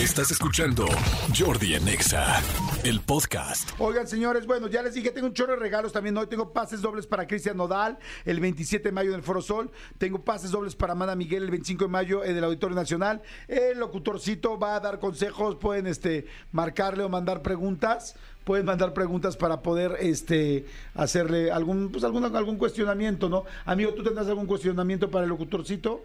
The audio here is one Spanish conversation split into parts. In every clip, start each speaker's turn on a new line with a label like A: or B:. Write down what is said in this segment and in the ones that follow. A: Estás escuchando Jordi Anexa, el podcast.
B: Oigan, señores, bueno, ya les dije, tengo un chorro de regalos también hoy. Tengo pases dobles para Cristian Nodal el 27 de mayo en el Foro Sol. Tengo pases dobles para Amanda Miguel el 25 de mayo en el Auditorio Nacional. El locutorcito va a dar consejos, pueden este, marcarle o mandar preguntas. Pueden mandar preguntas para poder este, hacerle algún, pues, algún, algún cuestionamiento, ¿no? Amigo, ¿tú tendrás algún cuestionamiento para el locutorcito?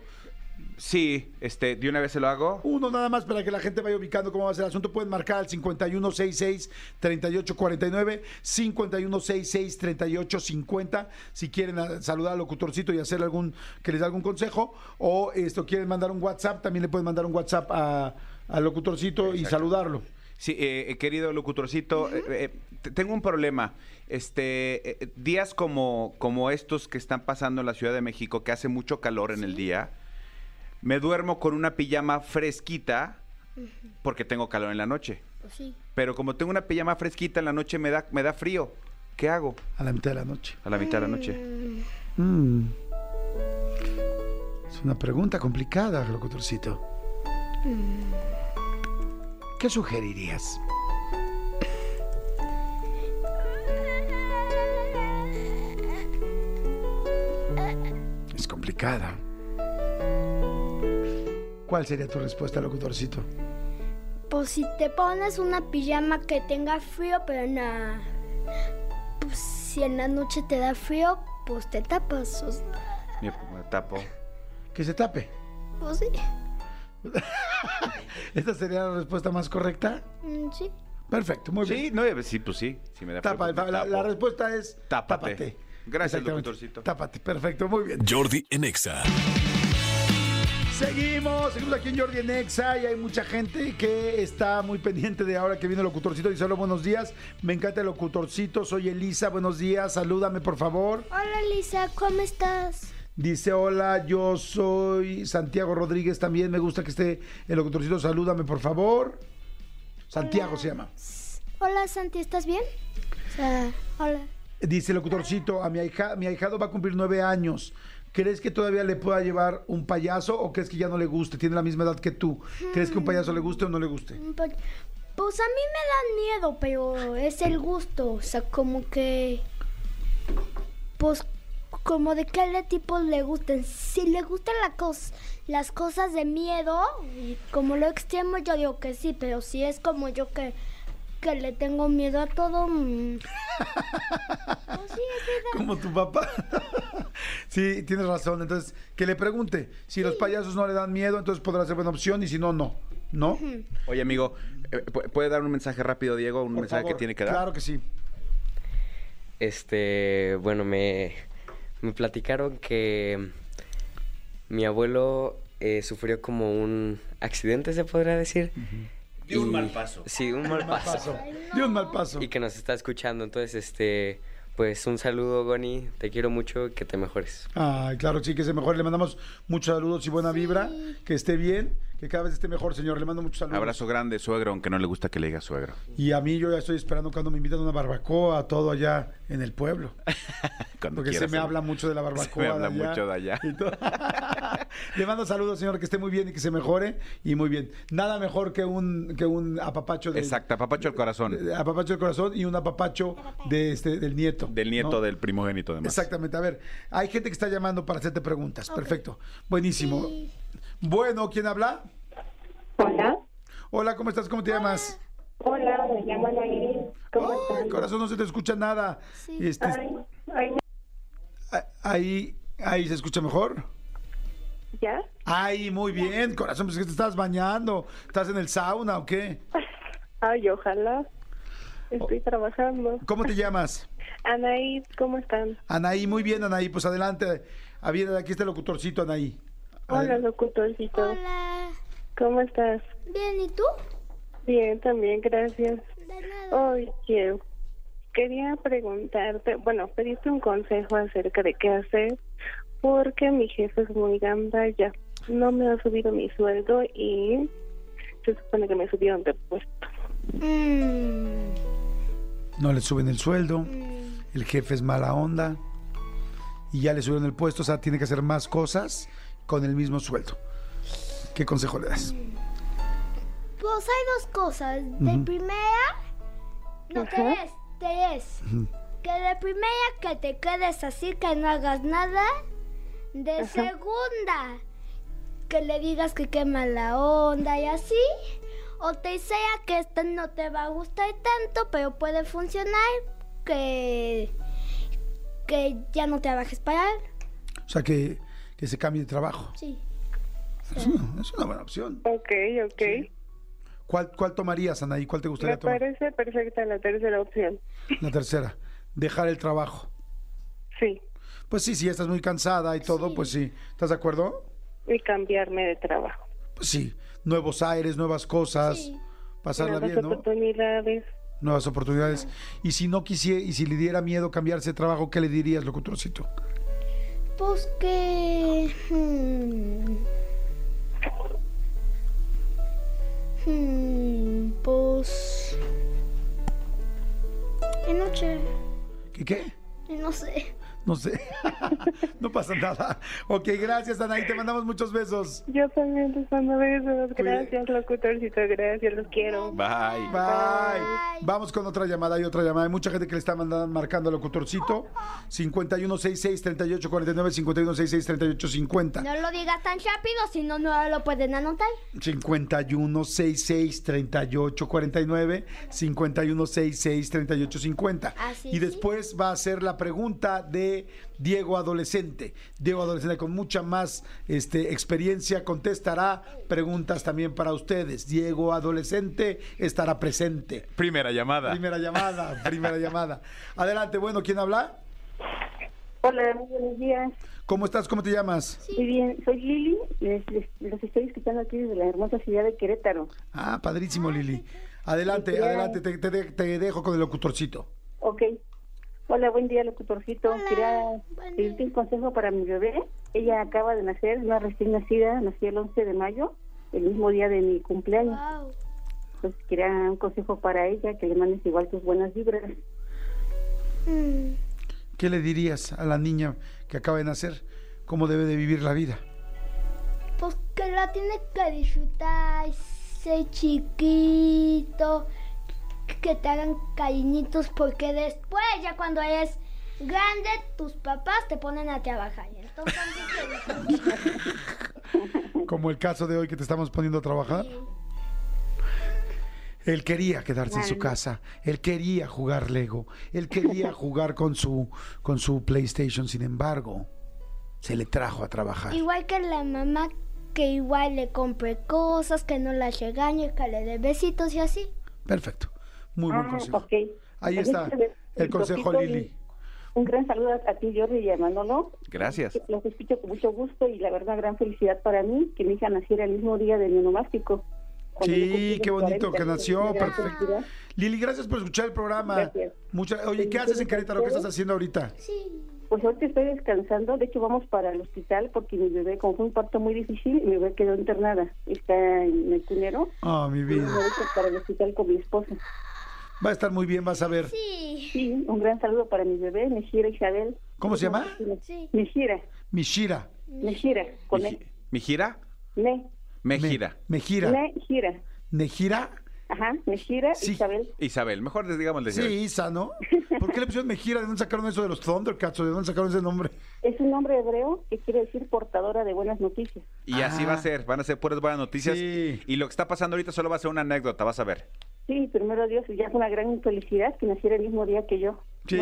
C: Sí, este, de una vez se lo hago.
B: Uno nada más para que la gente vaya ubicando cómo va a ser el asunto. Pueden marcar al 5166-3849, 5166-3850, si quieren a- saludar al locutorcito y hacer algún, que les dé algún consejo. O esto quieren mandar un WhatsApp, también le pueden mandar un WhatsApp a- al locutorcito y saludarlo.
C: Sí, eh, eh, querido locutorcito, eh, eh, t- tengo un problema. Este, eh, eh, días como, como estos que están pasando en la Ciudad de México, que hace mucho calor en el día, me duermo con una pijama fresquita porque tengo calor en la noche.
D: Pues sí.
C: Pero como tengo una pijama fresquita en la noche me da, me da frío. ¿Qué hago
B: A la mitad de la noche.
C: a la mitad de la noche?
D: Mm,
B: Mm. Es una pregunta complicada, locutorcito. ¿Qué sugerirías? Es complicada. ¿Cuál sería tu respuesta, locutorcito?
D: Pues si te pones una pijama que tenga frío, pero en la... Pues si en la noche te da frío, pues te tapas. o sea,
C: Me me tapo.
B: Que se tape.
D: pues sí.
B: ¿Esta sería la respuesta más correcta?
D: Mm, sí.
B: Perfecto, muy bien.
C: Sí, no, eh, sí, pues sí. sí me da frío,
B: Tapa,
C: pues me
B: la, la
C: tapo.
B: respuesta es
C: Tápate.
B: tápate.
C: Gracias,
B: Exactamente.
C: locutorcito.
B: Tápate, perfecto, muy bien.
A: Jordi Anexa.
B: Seguimos, seguimos aquí en Jordi en Exa y hay mucha gente que está muy pendiente de ahora que viene el locutorcito. Dice, hola, buenos días, me encanta el locutorcito, soy Elisa, buenos días, salúdame por favor.
D: Hola Lisa, ¿cómo estás?
B: Dice, hola, yo soy Santiago Rodríguez también, me gusta que esté el locutorcito, salúdame por favor. Santiago se llama.
D: Hola Santi, ¿estás bien? O sea, hola.
B: Dice el locutorcito, a mi, ahija, mi ahijado va a cumplir nueve años. ¿Crees que todavía le pueda llevar un payaso o crees que ya no le guste? Tiene la misma edad que tú. ¿Crees que un payaso le guste o no le guste?
D: Mm, Pues, pues a mí me da miedo, pero es el gusto. O sea, como que... Pues como de qué le tipo le gusten. Si le gustan la cos- las cosas de miedo, y como lo extremo, yo digo que sí, pero si es como yo que, que le tengo miedo a todo... mm. pues sí, es verdad.
B: Como tu papá. sí, tienes razón. Entonces, que le pregunte. Si los payasos no le dan miedo, entonces podrá ser buena opción y si no, no. ¿No?
C: Oye, amigo, eh, pu- ¿puede dar un mensaje rápido, Diego? Un
B: Por
C: mensaje
B: favor.
C: que tiene que dar.
B: Claro que sí.
E: Este, bueno, me, me platicaron que mi abuelo eh, sufrió como un accidente, se podría decir. De un mal paso. Sí, un mal paso.
B: Paso. De un mal paso.
E: Y que nos está escuchando. Entonces, este, pues un saludo, Goni. Te quiero mucho, que te mejores.
B: Ay, claro, sí, que se mejor. Le mandamos muchos saludos y buena vibra. Que esté bien, que cada vez esté mejor, señor. Le mando muchos saludos.
C: Abrazo grande, suegro, aunque no le gusta que le diga suegro.
B: Y a mí yo ya estoy esperando cuando me invitan a una barbacoa, todo allá en el pueblo.
C: Cuando
B: Porque se
C: quieras,
B: me
C: eh.
B: habla mucho de la barbacoa.
C: Se me habla
B: allá.
C: mucho de allá.
B: Y todo. Le mando saludos, señor, que esté muy bien y que se mejore. Y muy bien. Nada mejor que un, que un apapacho del,
C: Exacto, papacho el corazón.
B: de- apapacho del corazón y un apapacho de este, del nieto.
C: Del nieto
B: ¿no?
C: del primogénito, además.
B: Exactamente. A ver, hay gente que está llamando para hacerte preguntas. Perfecto. Buenísimo. Bueno, ¿quién habla?
F: Hola.
B: Hola, ¿cómo estás? ¿Cómo te llamas?
F: Hola, me llamo Anaí. ¿Cómo
B: Ay,
F: están?
B: corazón, no se te escucha nada.
D: Sí.
B: Este,
F: Ay, ay,
B: a- ahí, ahí se escucha mejor.
F: ¿Ya?
B: Ay, muy bien, corazón, pues que te estás bañando, estás en el sauna o qué.
F: Ay, ojalá. Estoy trabajando.
B: ¿Cómo te llamas?
F: Anaí, ¿cómo están?
B: Anaí, muy bien, Anaí, pues adelante. A ver, aquí está el locutorcito, Anaí.
F: Hola,
B: Adel-
F: locutorcito.
D: Hola.
F: ¿Cómo estás?
D: Bien, ¿y tú?
F: Bien, también, gracias.
D: De nada.
F: Oye, quería preguntarte, bueno, pediste un consejo acerca de qué hacer, porque mi jefe es muy gandalla. No me ha subido mi sueldo y se supone que me subieron de puesto.
D: Mm,
B: No le suben el sueldo, el jefe es mala onda y ya le subieron el puesto, o sea, tiene que hacer más cosas con el mismo sueldo. ¿Qué consejo le das?
D: Pues hay dos cosas. De primera, no te des, te des. Que de primera que te quedes así, que no hagas nada. De segunda, que le digas que quema la onda y así. O te sea que esta no te va a gustar tanto, pero puede funcionar. Que, que ya no trabajes para él.
B: O sea, que, que se cambie de trabajo.
D: Sí.
B: Es una, es una buena opción.
F: Ok, ok.
B: ¿Cuál, ¿Cuál tomarías, Anaí? ¿Cuál te gustaría
F: Me
B: tomar?
F: parece perfecta la tercera opción.
B: La tercera, dejar el trabajo.
F: Sí,
B: Pues sí, si ya estás muy cansada y todo, pues sí. ¿Estás de acuerdo?
F: y cambiarme de trabajo.
B: Pues sí. Nuevos aires, nuevas cosas,
D: Sí.
B: pasarla
F: Nuevas
B: bien, ¿no?
F: oportunidades.
B: Nuevas oportunidades. Y si no quisiera, y si le diera miedo cambiarse de trabajo, ¿qué le dirías, locutorcito?
D: Pues que... hmm. Hmm, pues... En noche,
B: ¿Qué qué?
D: no sé.
B: No sé. no pasa nada. Ok, gracias, Anaí. Te mandamos muchos besos.
F: Yo también les mando besos.
B: Cuide-
F: Gracias, locutorcito. Gracias, los quiero.
C: Bye.
B: Bye. Vamos con otra llamada y otra llamada. Hay mucha gente que le está mandando, marcando al locutorcito. 5166-3849, 5166-3850.
D: No lo digas tan rápido, si no, no lo pueden anotar.
B: 5166-3849, 5166-3850.
D: Así
B: Y
D: sí.
B: después va a ser la pregunta de Diego Adolescente. Diego Adolescente con mucha más este, experiencia contestará preguntas también para ustedes. Diego Adolescente estará presente.
C: Primera llamada.
B: Primera llamada, primera llamada. Adelante, bueno, ¿quién habla?
F: Hola, muy buenos días.
B: ¿Cómo estás? ¿Cómo te llamas?
F: Muy bien, soy Lili. Les- les- los estoy escuchando aquí desde la hermosa ciudad de Querétaro.
B: Ah, padrísimo, Lili. Adelante,
F: Bien.
B: adelante, te, te de- te dejo con el locutorcito.
F: Ok. Hola, buen día, locutorcito.
D: Hola,
F: Quería
D: buen
F: pedirte
D: día.
F: un consejo para mi bebé. Ella acaba de nacer, es una recién nacida, nací el 11 de mayo, el mismo día de mi cumpleaños.
D: Wow.
F: Pues quería un consejo para ella, que le mandes igual tus buenas vibras.
D: Mm,
B: ¿Qué le dirías a la niña que acaba de nacer? ¿Cómo debe de vivir la vida?
D: Pues que la tiene que disfrutar, ser chiquito, que te hagan cariñitos, porque después, ya cuando eres grande, tus papás te ponen a trabajar. y Entonces, sí que-
B: Como el caso de hoy que te estamos poniendo a trabajar. Él quería quedarse en su casa, él quería jugar Lego, él quería jugar con su, con su PlayStation, sin embargo, se le trajo a trabajar.
D: igual que la mamá, que igual le compre cosas, que no la regañe, que le dé besitos y así.
B: Perfecto, muy buen
F: Ah,
B: consejo.
F: ok.
B: Ahí
F: Pues
B: está
F: este es
B: el consejo,
F: locutorcito,
B: Lili.
F: Un gran saludo a- a ti, Jordi, y a Manolo.
C: Gracias.
F: Los escucho con mucho gusto y la verdad, gran felicidad para mí que mi hija naciera el mismo día de mi onomástico. Cuando yo cumplí
B: Sí,
F: los
B: qué bonito
F: 40,
B: que nació,
F: una gran
B: perfecto.
F: felicidad.
B: Lili, gracias por escuchar el programa.
F: Gracias.
B: Muchas, oye, ¿qué haces en Querétaro? ¿Qué estás haciendo ahorita?
D: Sí.
F: Pues ahorita estoy descansando, de hecho vamos para el hospital porque mi bebé, como fue un parto muy difícil, mi bebé quedó internada, está en el cunero,
B: Oh, mi
F: y
B: vida.
F: ahorita para el hospital con mi esposa.
B: Va a estar muy bien, vas a ver.
D: Sí.
F: Sí, un gran saludo para mi bebé, Mejira Isabel.
B: ¿Cómo se llama?
D: Sí.
F: Mejira,
B: Mishira.
F: Mejira, con
C: Mi,
F: E.
C: mi gira,
F: Me,
C: me
B: Me-
C: gira.
B: Mejira.
F: Mejira,
B: ¿Nejira?
F: ajá, Mejira
B: Sí.
F: Isabel.
C: Isabel, mejor les digamos
B: Sí,
C: Isabel.
B: Isa, ¿no? ¿Por qué le pusieron Mejira? ¿De dónde sacaron eso de los Thundercats? ¿O de dónde sacaron ese nombre?
F: Es un nombre hebreo que quiere decir portadora de buenas noticias.
C: Y así
B: Ah.
C: va a ser, van a ser puras buenas noticias.
B: Sí.
C: Y lo que está pasando ahorita solo va a ser una anécdota, vas a ver.
F: Sí, primero Dios, ya es una gran felicidad que naciera el mismo día que yo.
B: Sí.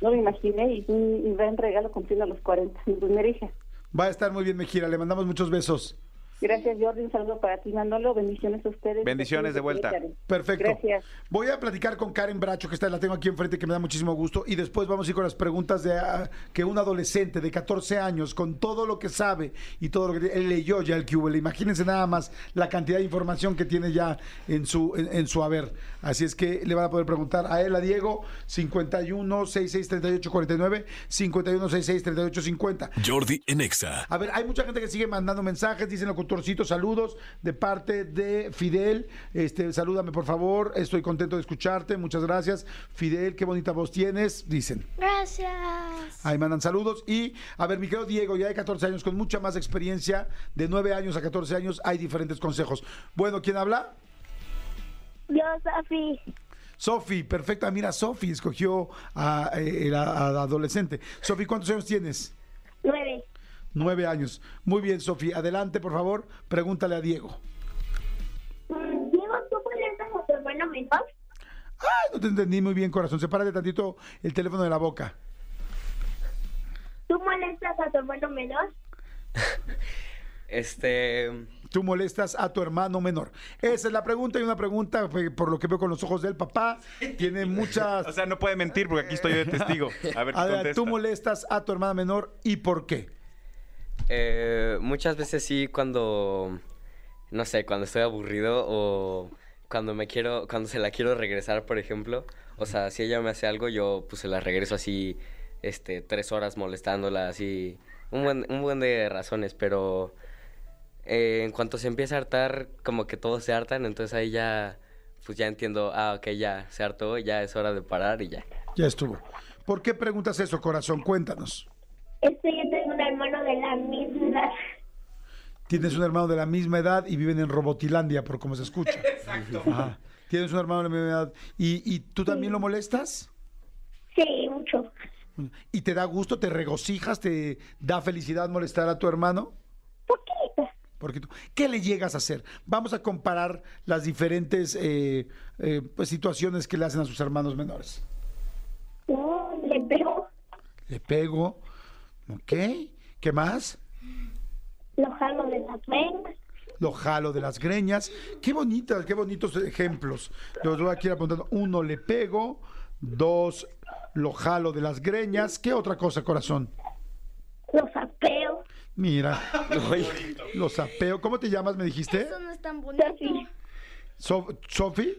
F: No, no me imaginé y un un gran regalo cumpliendo los 40, mi primera hija.
B: Va a estar muy bien, Mejira. Le mandamos muchos besos.
G: Gracias, Jordi. Un saludo para ti, Manolo. Bendiciones a ustedes.
C: Bendiciones de vuelta.
B: Perfecto.
G: Gracias.
B: Voy a platicar con Karen Bracho, que está, la tengo aquí enfrente, que me da muchísimo gusto. Y después vamos a ir con las preguntas de ah, que un adolescente de 14 años, con todo lo que sabe y todo lo que él leyó ya el QL. Imagínense nada más la cantidad de información que tiene ya en su, en, en su haber. Así es que le van a poder preguntar a él, a Diego, 51 66 38 49, 51 66 38 50.
A: Jordi en Exa.
B: A ver, hay mucha gente que sigue mandando mensajes, dicen locutorcito, saludos de parte de Fidel. Este, salúdame por favor, estoy contento de escucharte, muchas gracias. Fidel, qué bonita voz tienes, dicen.
D: Gracias.
B: Ahí mandan saludos. Y, a ver, mi querido Diego, ya de 14 años, con mucha más experiencia, de 9 años a 14 años, hay diferentes consejos. Bueno, ¿quién habla?
D: Yo, Safi.
B: Sofi, perfecta. Mira, Sofi escogió a, eh, el a- al adolescente. Sofi, ¿cuántos años tienes?
D: Nueve.
B: Nueve años. Muy bien, Sofi. Adelante, por favor. Pregúntale a Diego.
D: Mm, Diego, ¿tú molestas a tu hermano menor?
B: Ay, Ah, no te entendí muy bien, corazón. Sepárate tantito el teléfono de la boca.
D: ¿Tú molestas a tu hermano menor?
E: Este.
B: Tú molestas a tu hermano menor. Esa es la pregunta y una pregunta, eh, por lo que veo con los ojos del papá, tiene muchas...
C: O sea, no puede mentir porque aquí estoy yo de testigo. A ver,
B: A ver,
C: contesta.
B: tú molestas a tu hermana menor y por qué.
E: Eh, muchas veces sí cuando, no sé, cuando estoy aburrido o cuando me quiero, cuando se la quiero regresar, por ejemplo. O sea, si ella me hace algo, yo pues se la regreso así, este, tres horas molestándola, así, un buen, un buen de razones, pero eh, en cuanto se empieza a hartar, como que todos se hartan, entonces ahí ya, pues ya entiendo, ah, ok, ya, se hartó, ya es hora de parar y ya.
B: Ya estuvo. ¿Por qué preguntas eso, corazón? Cuéntanos.
D: Es que yo tengo un hermano de la misma edad.
B: Tienes un hermano de la misma edad y viven en Robotilandia, por como se escucha. Exacto. Tienes un hermano de la misma edad y, y tú también lo molestas
D: Sí, mucho.
B: y te da gusto, te regocijas, te da felicidad molestar a tu hermano.
D: Poquita.
B: Porque tú, ¿qué le llegas a hacer? Vamos a comparar las diferentes eh, eh, pues, situaciones que le hacen a sus hermanos menores.
D: No, Mm, le pego,
B: Le pego, ¿ok? ¿Qué más?
D: lo jalo de las venas.
B: Lo jalo de las greñas. Qué bonitas, qué bonitos ejemplos. Los voy aquí apuntando. Uno, le pego. Dos, lo jalo de las greñas. ¿Qué otra cosa, corazón?
D: lo sapeo.
B: Mira, Ay, lo sapeo. ¿Cómo te llamas, me dijiste?
D: no es tan bonito. Sí,
B: Sof- ¿Sofi?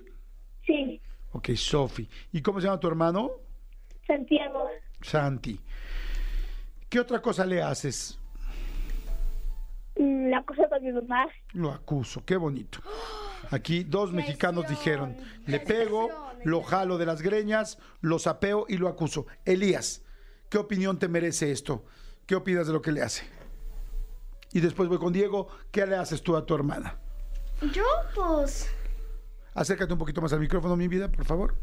D: sí,
B: Ok, Sofi. ¿Y cómo se llama tu hermano?
D: Santiago.
B: Santi. ¿Qué otra cosa le haces?
D: Mm, La cosa con mi mamá.
B: Lo acuso, qué bonito. Aquí dos mexicanos dijeron, le pego, lo jalo de las greñas, lo sapeo y lo acuso. Elías, ¿qué opinión te merece esto? ¿Qué opinas de lo que le hace? Y después voy con Diego, ¿qué le haces tú a tu hermana?
D: Yo, pues.
B: Acércate un poquito más al micrófono, mi vida, por favor.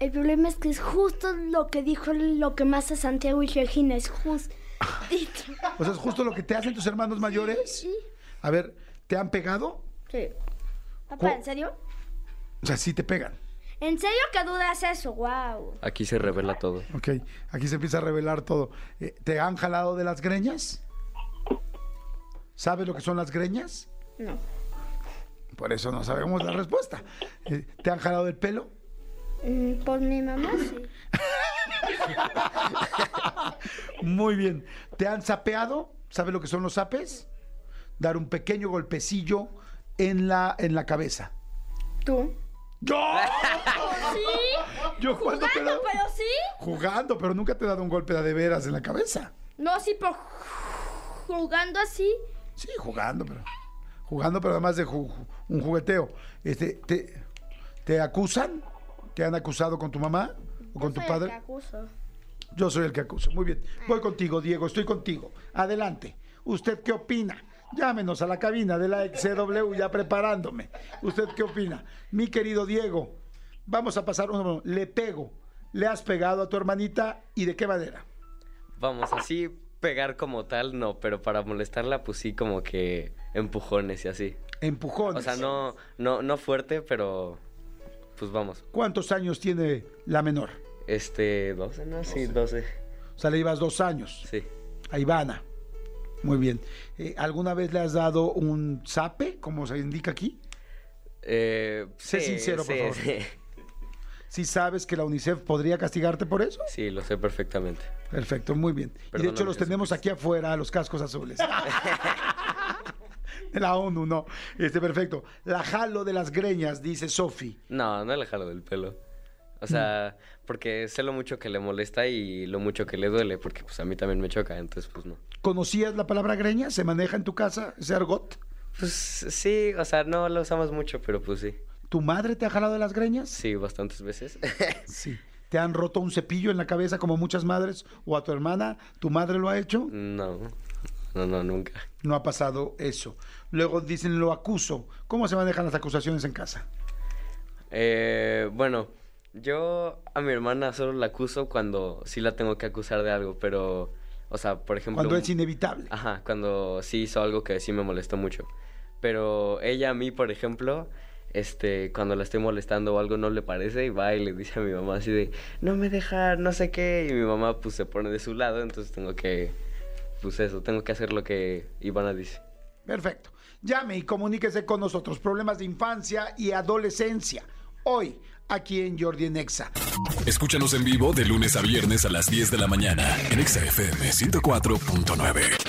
D: El problema es que es justo lo que dijo lo que más a Santiago y Regina. Es justo.
B: O sea, es justo lo que te hacen tus hermanos mayores. A ver, ¿te han pegado?
D: Sí.
B: Papá, ¿en
D: serio?
B: O sea, sí te pegan.
D: ¿En serio que dudas eso? ¡Wow!
E: Aquí se revela todo.
B: Ok, aquí se empieza a revelar todo. Eh, ¿Te han jalado de las greñas? ¿Sabes lo que son las greñas?
D: No.
B: Por eso no sabemos la respuesta. Eh, ¿Te han jalado el pelo?
D: por Mm, pues mi mamá, sí.
B: Muy bien. ¿Te han sapeado? ¿Sabes lo que son los sapes? Dar un pequeño golpecillo en la, en la cabeza.
D: ¿Tú?
B: ¡Yo!
D: ¿Sí?
B: Yo cuando te he dado-
D: sí.
B: Jugando, pero nunca te he dado un golpe de, a de veras en la cabeza.
D: No, sí, por jugando así.
B: Sí, jugando, pero. Jugando, pero además de ju- ju- un jugueteo. Este, te, ¿Te acusan? ¿Te han acusado con tu mamá? ¿O con tu padre? Yo soy el que acuso. Muy bien. Voy contigo, Diego. Estoy contigo. Adelante. ¿Usted qué opina? Llámenos a la cabina de la XCW ya preparándome. ¿Usted qué opina? Mi querido Diego, vamos a pasar uno. Le pego. ¿Le has pegado a tu hermanita y de qué manera?
E: Vamos, así pegar como tal, no, pero para molestarla, pues sí, como que empujones y así.
B: Empujones.
E: O sea, no, no, no fuerte, pero pues vamos.
B: ¿Cuántos años tiene la menor?
E: Este, 12, ¿no? Sí, 12.
B: O sea, le llevas dos años.
E: Sí.
B: A Ivana. Muy bien. Eh, ¿Alguna vez le has dado un zape, como se indica aquí?
E: Eh,
B: Sé
E: sí,
B: sincero, por
E: sí,
B: favor.
E: Sí.
B: ¿Sí sabes que la UNICEF podría castigarte por eso?
E: Sí, lo sé perfectamente.
B: Perfecto, muy bien. y de hecho
E: Perdóname,
B: los tenemos
E: Jesucristo.
B: aquí afuera, los cascos azules. De la ONU, no. Este, perfecto. La jalo de las greñas, dice Sofi.
E: No, no le jalo del pelo. O sea,
B: Mm.
E: porque sé lo mucho que le molesta y lo mucho que le duele, porque pues a mí también me choca, entonces pues no.
B: ¿Conocías la palabra greña? ¿Se maneja en tu casa ese argot?
E: Pues sí, o sea, no lo usamos mucho, pero pues sí.
B: ¿Tu madre te ha jalado de las greñas?
E: Sí, bastantes veces.
B: Sí. ¿Te han roto un cepillo en la cabeza como muchas madres o a tu hermana? ¿Tu madre lo ha hecho?
E: no, no, no, nunca.
B: No ha pasado eso. Luego dicen lo acuso. ¿Cómo se manejan las acusaciones en casa?
E: Eh, bueno, yo a mi hermana solo la acuso cuando sí la tengo que acusar de algo, pero, o sea, por ejemplo...
B: Cuando
E: un- Ah.
B: es inevitable.
E: Ajá, cuando sí hizo algo que sí me molestó mucho. Pero ella a mí, por ejemplo, este, cuando la estoy molestando o algo no le parece y va y le dice a mi mamá así de, no me deja, no sé qué, y mi mamá pues se pone de su lado, entonces tengo que, pues eso, tengo que hacer lo que Ivana dice.
B: Perfecto. Llame y comuníquese con nosotros. Problemas de infancia y adolescencia. Hoy, aquí en Jordi en Exa.
A: Escúchanos en vivo de lunes a viernes a las 10 de la mañana en Exa FM 104.9.